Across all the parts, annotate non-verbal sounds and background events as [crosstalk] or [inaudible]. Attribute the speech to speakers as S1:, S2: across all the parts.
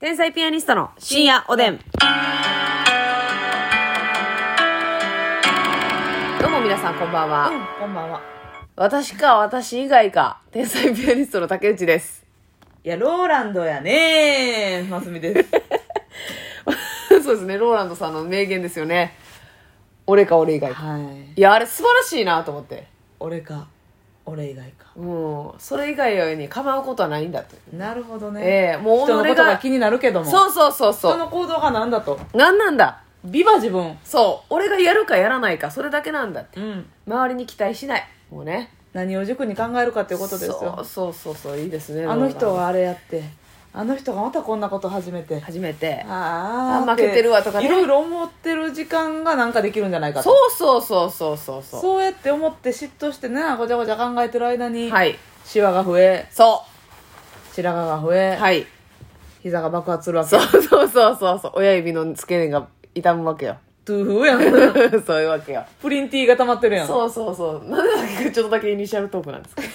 S1: 天才ピアニストの深夜おでん。どうも皆さんこんばんは。
S2: うん、こんばんは。
S1: 私か私以外か、天才ピアニストの竹内です。 [laughs]
S2: いや、ローランドやねー。ますみです。
S1: そうですね、ローランドさんの名言ですよね。俺か俺以外か。
S2: はい。
S1: いや、あれ素晴らしいなと思って。
S2: 俺か、俺以外か。
S1: もう、それ以外に構うことはないんだと。
S2: なるほどね。
S1: ええもう己が
S2: 人のことが気になるけども。
S1: そうそうそうそ
S2: 人
S1: う。
S2: の行動が何だと。
S1: なんなんだ
S2: ビバ自分。
S1: そう、俺がやるかやらないか、それだけなんだって。
S2: うん。
S1: 周りに期待しない。もうね。
S2: 何を軸に考えるかっていうことですよ。
S1: そうそうそうそういいですね
S2: あの人はあれやって、あの人がまたこんなこと始めて。
S1: 初めて
S2: あー
S1: あ負けてるわとかね
S2: いろいろ思ってる時間がなんかできるんじゃないかと。
S1: そうそうそうそうそうそう
S2: そうやって思って嫉妬してね、ごちゃごちゃ考えてる間に、
S1: はい
S2: シワが増え、
S1: そ
S2: 白髪が増え、
S1: うはい
S2: 膝が爆発するわけ
S1: そうそうそうそうそう親指の付け根が痛むわけよ [laughs]
S2: トゥーフーやん
S1: そういうわけよ
S2: プリンティーが溜まってるやん
S1: そうそうそうなんでだっけちょっとだけイニシャルトークなんですけど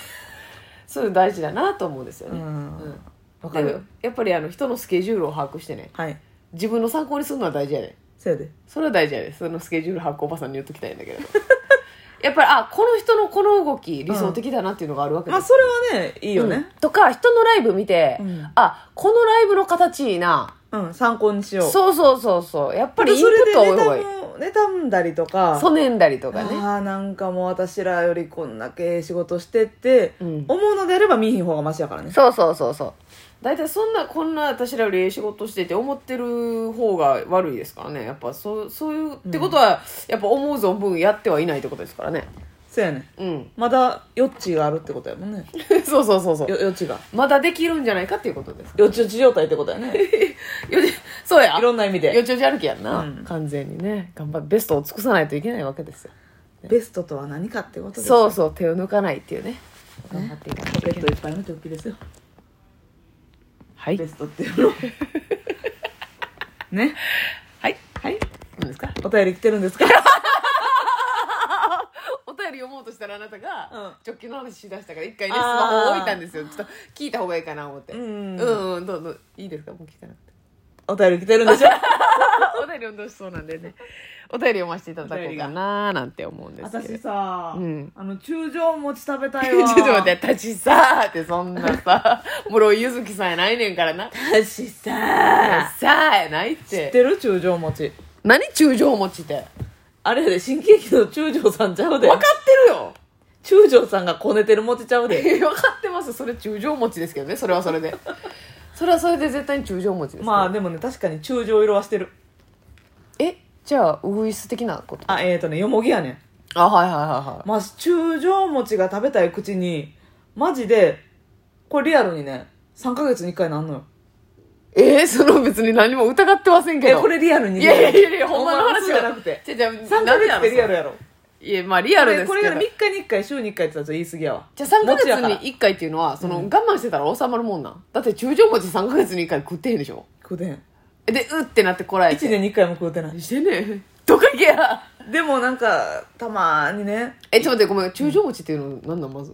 S1: そういうの大事だなと思うんですよ
S2: う
S1: ね
S2: ん
S1: うん
S2: わかる
S1: でやっぱりあの人のスケジュールを把握してね
S2: はい
S1: 自分の参考にするのは大事やで、
S2: そうやで
S1: それは大事やでそのスケジュール発行おばさんに言っときたいんだけれど [laughs] やっぱりあこの人のこの動き理想的だなっていうのがあるわけですよ
S2: まあそれはねいいよね
S1: うんとか人のライブ見て、
S2: うん
S1: あこのライブの形いいな
S2: うん参考にしようやっ
S1: そうそうそうそうやっぱ
S2: ぱ
S1: りイ
S2: り
S1: ン
S2: そ
S1: プ
S2: れ
S1: ッ
S2: で
S1: ト多い方がいい
S2: ネタんだりとか
S1: そねんだりと
S2: あ
S1: かね
S2: あなんかもう私らよりこんだけ仕事してって
S1: うん
S2: 思うのであれば見ひん方がマシやからね
S1: そうそうそうそう大体そんなこんな私らよりええ仕事してて思ってる方が悪いですからねやっぱそうそういう、ってことはやっぱ思う存分やってはいないってことですからね
S2: そうやね
S1: うん
S2: まだ余地があるってことやもんね
S1: [laughs] そうそうそうそう
S2: よ余地が
S1: まだできるんじゃないかっていうことです
S2: 余地余地状態ってことや [laughs] ね
S1: よじそうや
S2: いろんな意味
S1: よ
S2: で
S1: ちよち歩きやんな、
S2: うん
S1: 完全にね頑張ってベストを尽くさないといけないわけですよ
S2: ベストとは何かってことです
S1: そうそう手を抜かないっていうね頑張っていかないと
S2: ポ
S1: いけ
S2: ケ
S1: な
S2: ット
S1: い
S2: いっぱいの時ですよ
S1: はい
S2: ベストっていうのね
S1: はいはい何ですか
S2: お便り来てるんですか
S1: お便り読もうとしたらあなたが、
S2: うん
S1: 直球の話しだしたから一回ねスマ
S2: あー
S1: ホを置いたんですよちょっと聞いた方がいいかな思って
S2: うん
S1: う
S2: うん
S1: ん、うん、どうぞいいですかもう聞かなくて
S2: お便り来てるんでしょ
S1: お便り読んでほしそうなんでねお便り読ませていただこうかなーなんて思うんです [laughs] け
S2: [laughs] 私
S1: ど
S2: さ、
S1: うん
S2: あの中条餅食べた
S1: ち
S2: い
S1: ょ
S2: わ
S1: っと待って、私さーってそんな [laughs] さ、室井ゆずきさんやないねんからな。
S2: 私さ
S1: さーやないっ。
S2: 知っててる中条餅
S1: 何中条持ちって。
S2: あれやで新喜劇の中条さんちゃうで
S1: 分かってるよ
S2: 中条さんがこねてる餅ちゃうで
S1: 分かってますそれ中条持ちですけどねそれはそれでそれはそれで絶対に中条持ちです、
S2: [laughs] まあ
S1: あ
S2: でもね確かに中条色はしてる
S1: えじゃあウグイス的なこと
S2: あえっ、ー、とねよもぎやねん
S1: あはいはいはいは
S2: まあ中条餅が食べたい口にマジでこれリアルにね3ヶ月に1回なんのよ
S1: いえー、その別に何も疑ってませんけ
S2: え
S1: ど
S2: これリアルに
S1: いやいやいやいやほんまの話
S2: じゃなくて
S1: じゃあ
S2: 3ヶ月ってリアルやろ
S1: いやまあリアルですけど
S2: これこれが3日に1回週に1回って言ったら言い過ぎやわ
S1: じゃあ3ヶ
S2: 餅やから
S1: 月に1回っていうのはその我慢してたら収まるもんなんだって中条餅3ヶ月に1回食ってへんでしょ
S2: 食うてへん
S1: えでうってなってこらえて
S2: 1年に1回も食うてない
S1: 何してんねんどか行けや
S2: でもなんかたまにね
S1: [laughs] えちょっと待ってごめん中条餅っていうの何なんまず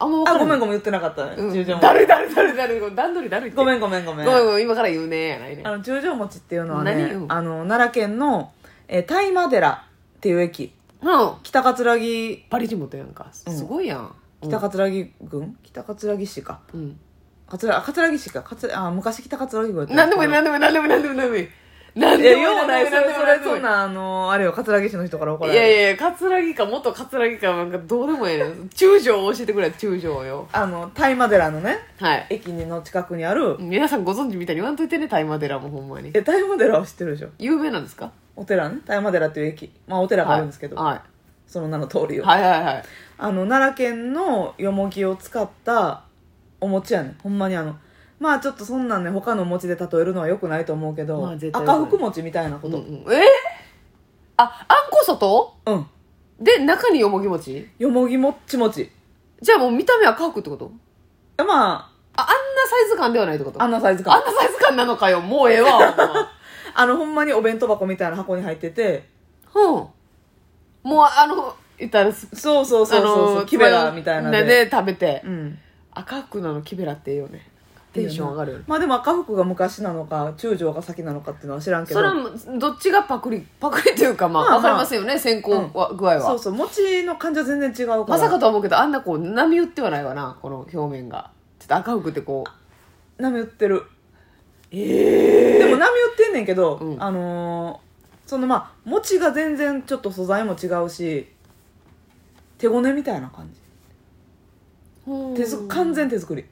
S1: あんま分か
S2: あ
S1: ら
S2: ごめ
S1: ない
S2: んごめん言ってなかったね
S1: うん
S2: 中条
S1: だ
S2: 餅
S1: るいだるいだるいだるいこれ段取りだるいって
S2: ごめんごめんごめん
S1: ごめんごめん今から言うねやないね
S2: あの中条餅っていうのはね
S1: 何よ
S2: あの奈良県のえー大麻寺っていう駅
S1: うん
S2: 北葛城
S1: パリジモトやんかすごいやん
S2: 北葛城郡北葛城市か
S1: うん
S2: 葛あ葛城市か葛あ昔北葛城郡やった
S1: 何でもいい何でもいい何でもいい何でもいい何でもいい何
S2: い
S1: でも
S2: や、
S1: いい
S2: ようない、そ
S1: 何で
S2: れ、
S1: も
S2: そ
S1: いい
S2: れ、そんな、あの、あれよ、葛城市の人から怒ら
S1: い
S2: れる。
S1: やいやいや桂木か元桂木かなんかどうでもいいねん中条を教えてくれ中条よ
S2: あの、大麻寺のね、
S1: はい
S2: 駅の近くにある、
S1: 皆さんご存知みたいに言わんといてね大麻寺もほんまに
S2: え、大麻寺は知ってるでしょ
S1: 有名なんですか
S2: お寺ね、大麻寺っていう駅。まあ、お寺があるんですけど、
S1: は
S2: その名の通り
S1: い
S2: を。
S1: はいはいはい
S2: あの、奈良県のよもぎを使ったお餅やねん。ほんまにあの、まあちょっとそんなんね、他のお餅で例えるのは良くないと思うけど、
S1: まあ絶対良くない
S2: 赤福餅みたいなこ
S1: うんう
S2: と。
S1: んえーああんこ外
S2: うん。
S1: で中によもぎ餅
S2: よもぎもっちもち。
S1: じゃあもう見た目は赤くってこと
S2: ま
S1: ああんなサイズ感ではないってこと
S2: あ、あんなサイズ
S1: あん
S2: 感。
S1: なサイズ感なのかよもうええわほんま
S2: あの、ほんまにお弁当箱みたいな箱に入ってて、
S1: うん。もうあの、言ったらす、
S2: そうそうそうそうそう、
S1: あの
S2: キベラみたいな
S1: ね
S2: で。
S1: で食べて
S2: う。ん。
S1: 赤くなのキベラってええよね。テンション上がるよね
S2: まあでも赤福が昔なのか中将が先なのかっていうのは知らんけど
S1: それはもうどっちがパクリパクリというかまあ
S2: まあまあ
S1: わかりませんよね先行は具合は、
S2: そうそう餅の感じは全然違うか
S1: ま
S2: ら
S1: さかとは思うけどあんなこう波打ってはないわなこの表面がちょっと赤くてこう
S2: 波打ってる
S1: ええ
S2: でも波打ってんねんけど、
S1: うん
S2: あのーそのまあ餅が全然ちょっと素材も違うし手ごねみたいな感じ手作完全手作り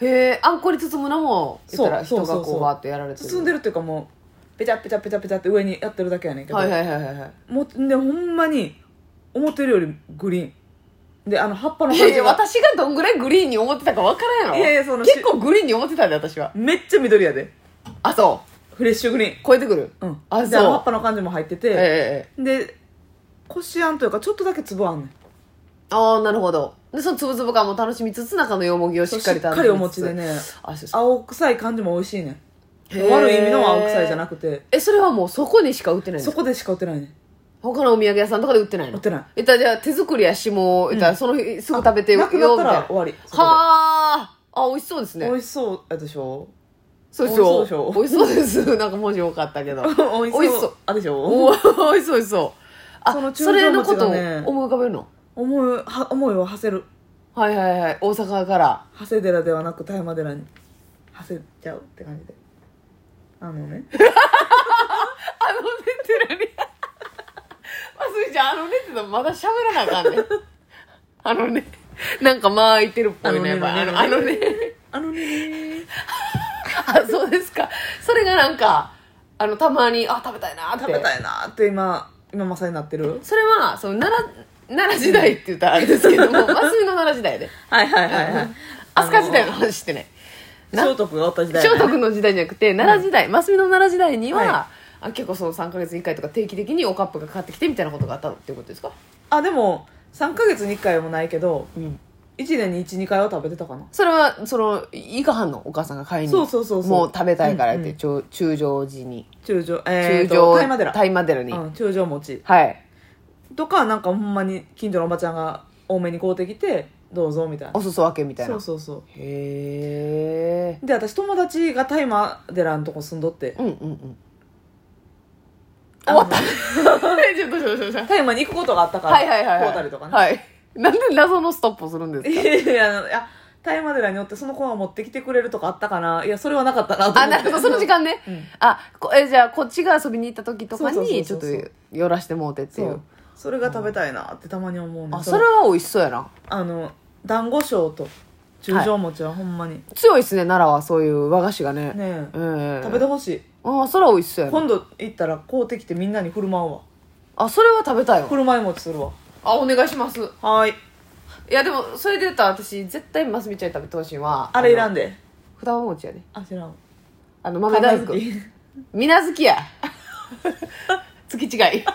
S1: へえあんこに包むのも言ったら
S2: そう
S1: 人が
S2: そうそ
S1: こ
S2: うそう
S1: うバーッとやられてる
S2: 包んでるっていうかもうペチャペチャペチャペチャって上にやってるだけやねんけど、
S1: はいはいはいはいはい
S2: もうでほんまに思ってるよりグリーンであの葉っぱの
S1: い
S2: 感
S1: やい
S2: じ
S1: や
S2: が
S1: [laughs] 私がどんぐらいグリーンに思ってたかわからんやろ
S2: いやいやその
S1: 結構グリーンに思ってたんで私は
S2: めっちゃ緑やで
S1: あそ
S2: フレッシュグリーン
S1: う超えてくる
S2: うん
S1: あそう
S2: での葉っぱの感じも入って
S1: ええ
S2: て、
S1: ええ
S2: でこしあんというかちょっとだけ粒あんねん
S1: ああなるほどでそのつぶつぶ感も楽しみつつ中のよもぎをしっかり
S2: しっ
S1: 食
S2: か
S1: べ
S2: りお餅でね
S1: あそうそう
S2: 青臭い感じも美味しいね
S1: へー
S2: 悪い意味の青臭いじゃなくて
S1: えそれはもうそこにしか売ってないんです
S2: そ
S1: か
S2: こでしか売ってないね
S1: 他のお土産屋さんとかで売ってないの
S2: 売ってない
S1: えっとじゃあ手作りやしもうえっとその日すぐ食べてよ
S2: なくなった
S1: みたい
S2: ら
S1: な
S2: 終わりそこで
S1: はああ美味しそうですね
S2: 美味しそうやでしょ
S1: そうでしょ
S2: 美
S1: 美味しそうです [laughs] なんか文字多か
S2: [laughs]
S1: ったけど [laughs]
S2: 美味
S1: 美味しそう
S2: あでしょ
S1: おー美味しそう美味しそうあ
S2: そ
S1: そ,、
S2: の中
S1: れ
S2: 条
S1: のこ
S2: 餅
S1: と
S2: が
S1: を
S2: ね
S1: 思い浮かべるの
S2: 思いは思いを馳せる
S1: はいはいはい大阪から
S2: 長谷寺ではなく大麻寺に馳せちゃうって感じであの
S1: [laughs]
S2: ね
S1: あのねって何まあすいちゃんあのねってのまだ喋らなあかんねあのねなんかまあ言ってるっぽいねやっぱあのあのね
S2: あのね
S1: あそうですかそれがなんかあのたまにあ食べたいなって
S2: 食べたいなって今今まさになってる
S1: それはその奈良奈良時代って言ったらあれですけども真澄の奈良時代で
S2: はいはい
S1: 飛鳥時代の話してね
S2: 聖徳がおった時代
S1: 聖徳の時代じゃなくて奈良時代、真澄の奈良時代には、
S2: は
S1: あ結構その3か月に1回とか定期的におカップがかかってきてみたいなことがあったっていうことですか
S2: あでも3ヶ月に1回もないけど
S1: うん
S2: 1年に12回は食べてたかな
S1: それはその伊賀藩のお母さんが買いに
S2: そうそうそうそう
S1: もう食べたいからって、
S2: うんうん
S1: ちょ中条寺に
S2: 中条
S1: 中
S2: えー、と
S1: 条
S2: 大麻寺
S1: 大麻寺に、
S2: うん、中条餅
S1: はい
S2: とかなんかほんまに近所のおばちゃんが多めに買うてきてどうぞみたいな
S1: お裾分けみたい
S2: そ
S1: な
S2: うそうそ
S1: へえ
S2: うで私友達が大麻寺のとこ住んどって
S1: うんうんうん終
S2: あの
S1: わった
S2: [laughs]
S1: えちょっとちょっとちょっと
S2: 大麻に行くことがあったから
S1: はいはいはい
S2: 買
S1: は
S2: う
S1: い
S2: たりとかね、
S1: はいなんで謎のストップをするんです
S2: [laughs] い
S1: か
S2: やいやあのいや大麻寺によってその子が持ってきてくれるとかあったかないやそれはなかったなと思って
S1: あなるほどその時間ね、
S2: うん
S1: あこえじゃあこっちが遊びに行った時とか
S2: そうそう
S1: にち
S2: そ
S1: ょ
S2: う
S1: っ
S2: そ
S1: と
S2: うそう
S1: 寄らしてもうてって
S2: そ
S1: いう
S2: うそれが食べたいなってたまに思うね
S1: あそれは美味しそうやな
S2: あの団子賞と中条餅はほんまに、
S1: 強いですね奈良はそういう和菓子がね
S2: ねえ
S1: ええ
S2: 食べてほしい
S1: あそれは美味しそうやな
S2: 今度行ったら買うてきてみんなに振る舞うわ
S1: あそれは食べたいわ
S2: 振る舞い餅するわ
S1: あお願いしますい
S2: はーい
S1: やでもそれで言ったら私絶対ますみちゃんに食べてほしいのは
S2: あれいらん
S1: で
S2: で
S1: 双葉餅やね
S2: あ知らん
S1: あの豆大福
S2: 神奈月
S1: みなずきや [laughs] 月違い [laughs]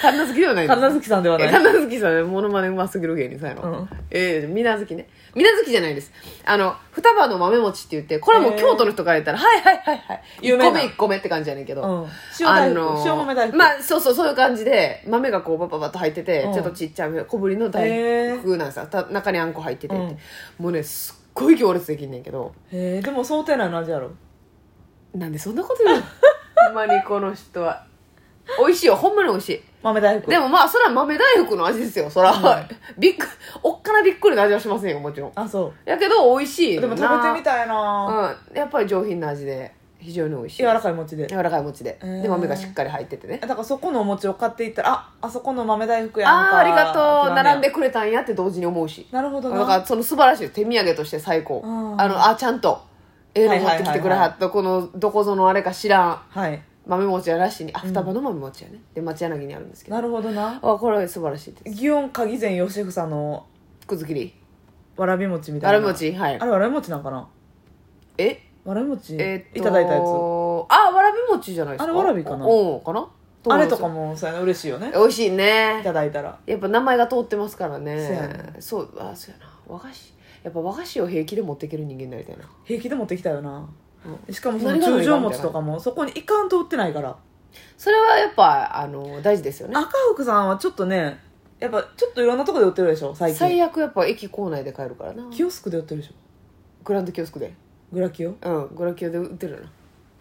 S1: 神奈月ではない
S2: 神奈月さんでは
S1: え
S2: ない
S1: 神奈月さんねモノマネうますぎる芸人さんやろ、
S2: うん
S1: ええみなずきねみなずきじゃないですあの双葉の豆餅って言ってこれも
S2: へー
S1: 京都の人から言ったら、はいはいはいはい
S2: 有
S1: 1
S2: 名
S1: 個
S2: な
S1: 目1個目って感じやねんけど、
S2: うん塩大福、
S1: あのー
S2: 塩豆大福、
S1: まあそうそうそういう感じで豆がこうバババッと入ってて、
S2: うん
S1: ちょっとちっちゃい小ぶりの大福なんさ、た中にあんこ入っててって、
S2: うん
S1: もうねすっごい行列できんねんけど
S2: へえでも想定内の味やろ
S1: なんでそんなこと言うのほんまにこの人は美味しいよほんまに美味しい
S2: 豆大福
S1: でもまあそれは豆大福の味ですよそら、びっくおっかなびっくりの味はしませんよもちろん
S2: あそ
S1: やけど美味しいうよ
S2: で
S1: な
S2: も食べてみたいな、
S1: うんやっぱり上品な味で非常に美味しい
S2: 柔らかい餅で
S1: 柔らかい餅で、
S2: うん
S1: で豆がしっかり入っててね
S2: だからそこのお餅を買っていったらああそこの豆大福やん
S1: あ
S2: か
S1: あありがとう並んで
S2: で
S1: くれたんやって同時に思うし
S2: なるほど
S1: だ
S2: な
S1: からその素晴らしい手土産として最高
S2: うん
S1: あのあちゃんとええの
S2: はい
S1: 持
S2: はい
S1: っ
S2: はいはい
S1: てきてくれはったこのどこぞのあれか知らん
S2: はい
S1: 豆餅やらしいにあ双葉の豆餅やねで町柳にあるんですけど
S2: なるほどな
S1: あこれは素晴らしいです
S2: 祇園鍵善義房の
S1: くずきり
S2: わらび餅みたい
S1: あ
S2: な
S1: ら餅はい
S2: あれわらび餅なんかな
S1: え
S2: わらび餅い
S1: えーっと
S2: ただいたやつ
S1: あわらび餅じゃないですか
S2: あれわらびかな
S1: おうんかな
S2: あれとか
S1: も
S2: もそうやな嬉しいよね
S1: 美味しい
S2: い
S1: ね
S2: ただいたら
S1: やっぱ名前が通ってますから
S2: そうや
S1: ねそうあそうやな和菓子やっぱ和菓子を平気で持っていける人間になりたいな
S2: 平気で持ってきたよな
S1: う
S2: しかもその
S1: 何が
S2: 中条餅とかもそこにいかんと売ってないから
S1: それはやっぱあの大事ですよね
S2: 赤福さんはちょっとねやっぱちょっといろんなとこで売ってるでしょ最近
S1: 最悪やっぱ駅構内で帰るからな
S2: キオスクで売ってるでしょ
S1: グランドキオスクで
S2: グラキオ
S1: うんグラキオで売ってるよな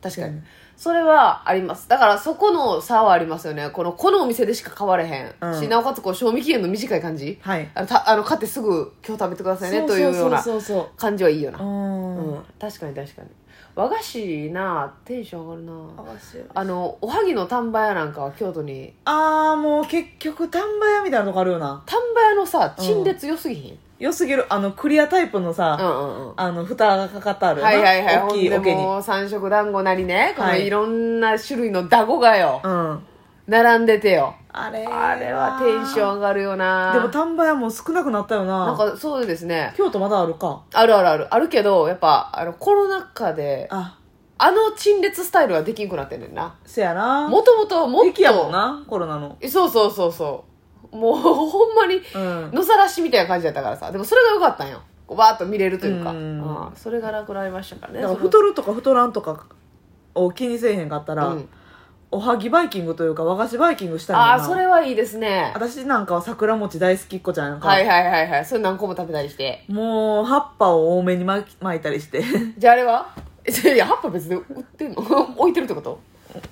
S1: 確かに、
S2: うん
S1: それはありますだからそこの差はありますよねこのこのお店でしか買われへん、
S2: うん
S1: しなおかつこう賞味期限の短い感じ
S2: はい
S1: あのたあの買ってすぐ今日食べてくださいね
S2: そう
S1: というような
S2: そうそうそう
S1: 感じはいいよ
S2: そうう
S1: な、うん
S2: ん
S1: 確かに確かに和菓子なテンション上がるな
S2: 合わせる
S1: あのおはぎの丹波屋なんかは京都に
S2: あーもう結局丹波屋みたいなとこあるよな
S1: 丹波屋のさ
S2: うん
S1: 陳列良すぎひん、
S2: 良すぎるあのクリアタイプの
S1: う
S2: さ、
S1: んうんうん
S2: あの蓋がかかってあるよ
S1: は
S2: ない
S1: はいはい
S2: 大きい
S1: ほ
S2: お
S1: んで
S2: けに
S1: もう三色団子なりねこの
S2: はい
S1: いろんな種類のダゴがよ、
S2: うん
S1: 並んでてよ
S2: あれ
S1: あれはテンション上がるよな
S2: でも丹波屋も少なくなったよな
S1: なんかそうですね
S2: 京都まだあるか
S1: あるあるあるあるけどやっぱあのコロナ禍で
S2: あ
S1: あの陳列スタイルはできんくなってんねんな
S2: せやな
S1: もともともっ
S2: 駅やもん
S1: と
S2: なコロナの
S1: そうそうそうそうもうほんまに
S2: うん
S1: 野ざらしみたいな感じだったからさでもそれが良かったんよこうバーッと見れるというか
S2: うん
S1: ああそれがなくなりましたからね
S2: だから
S1: その
S2: 太るとか太らんとかを気にせえへんかったら、
S1: うん
S2: おはぎバイキングというか和菓子バイキングしたい
S1: ああそれはいいですね
S2: 私なんかは桜餅大好きっ子ちゃんやんか、
S1: はいはいはいはいそれ何個も食べたりして
S2: もう葉っぱを多めに巻き巻いたりして [laughs]
S1: じゃああれはいや葉っぱ別で売ってんの [laughs] 置いてるってこと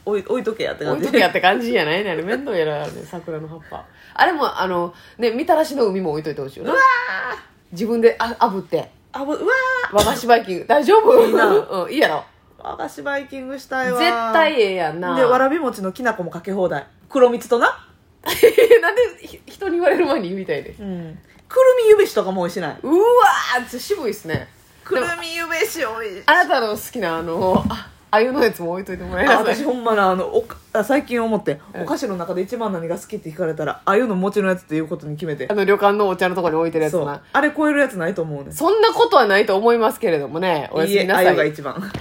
S2: 置い置いとけやって感
S1: 置い
S2: じ
S1: とけやって感じやないねあれ面倒やらね桜の葉っぱあれもあのねみたらしの海も置いといてほしいよな自分であ炙って
S2: あぶうわ
S1: 和菓子バイキング大丈夫
S2: いいな
S1: うん、いいやろ
S2: ー和菓子バイキングしたいわ
S1: 絶対ええやんな
S2: でわらび餅のきな粉もかけ放題黒蜜とな、
S1: [laughs] なんでひ人に言われる前に言いたいで
S2: うん、くるみゆべしとかも美味しないう
S1: わーって渋いっすね
S2: くるみゆべし美味しい
S1: あなたの好きなあのああゆのやつも置いといてもらえ
S2: あ
S1: なさ
S2: 私
S1: い
S2: ほんまなあのおかあ最近思って、
S1: うん
S2: お菓子の中で一番何が好きって聞かれたらあゆの餅のやつっていうことに決めて
S1: あの旅館のお茶のとこに置いてるやつ
S2: そ
S1: な
S2: うあれ超えるやつないと思うね
S1: そんなことはないと思いますけれどもねおやすみなさ
S2: いえあ
S1: い
S2: ゆが一番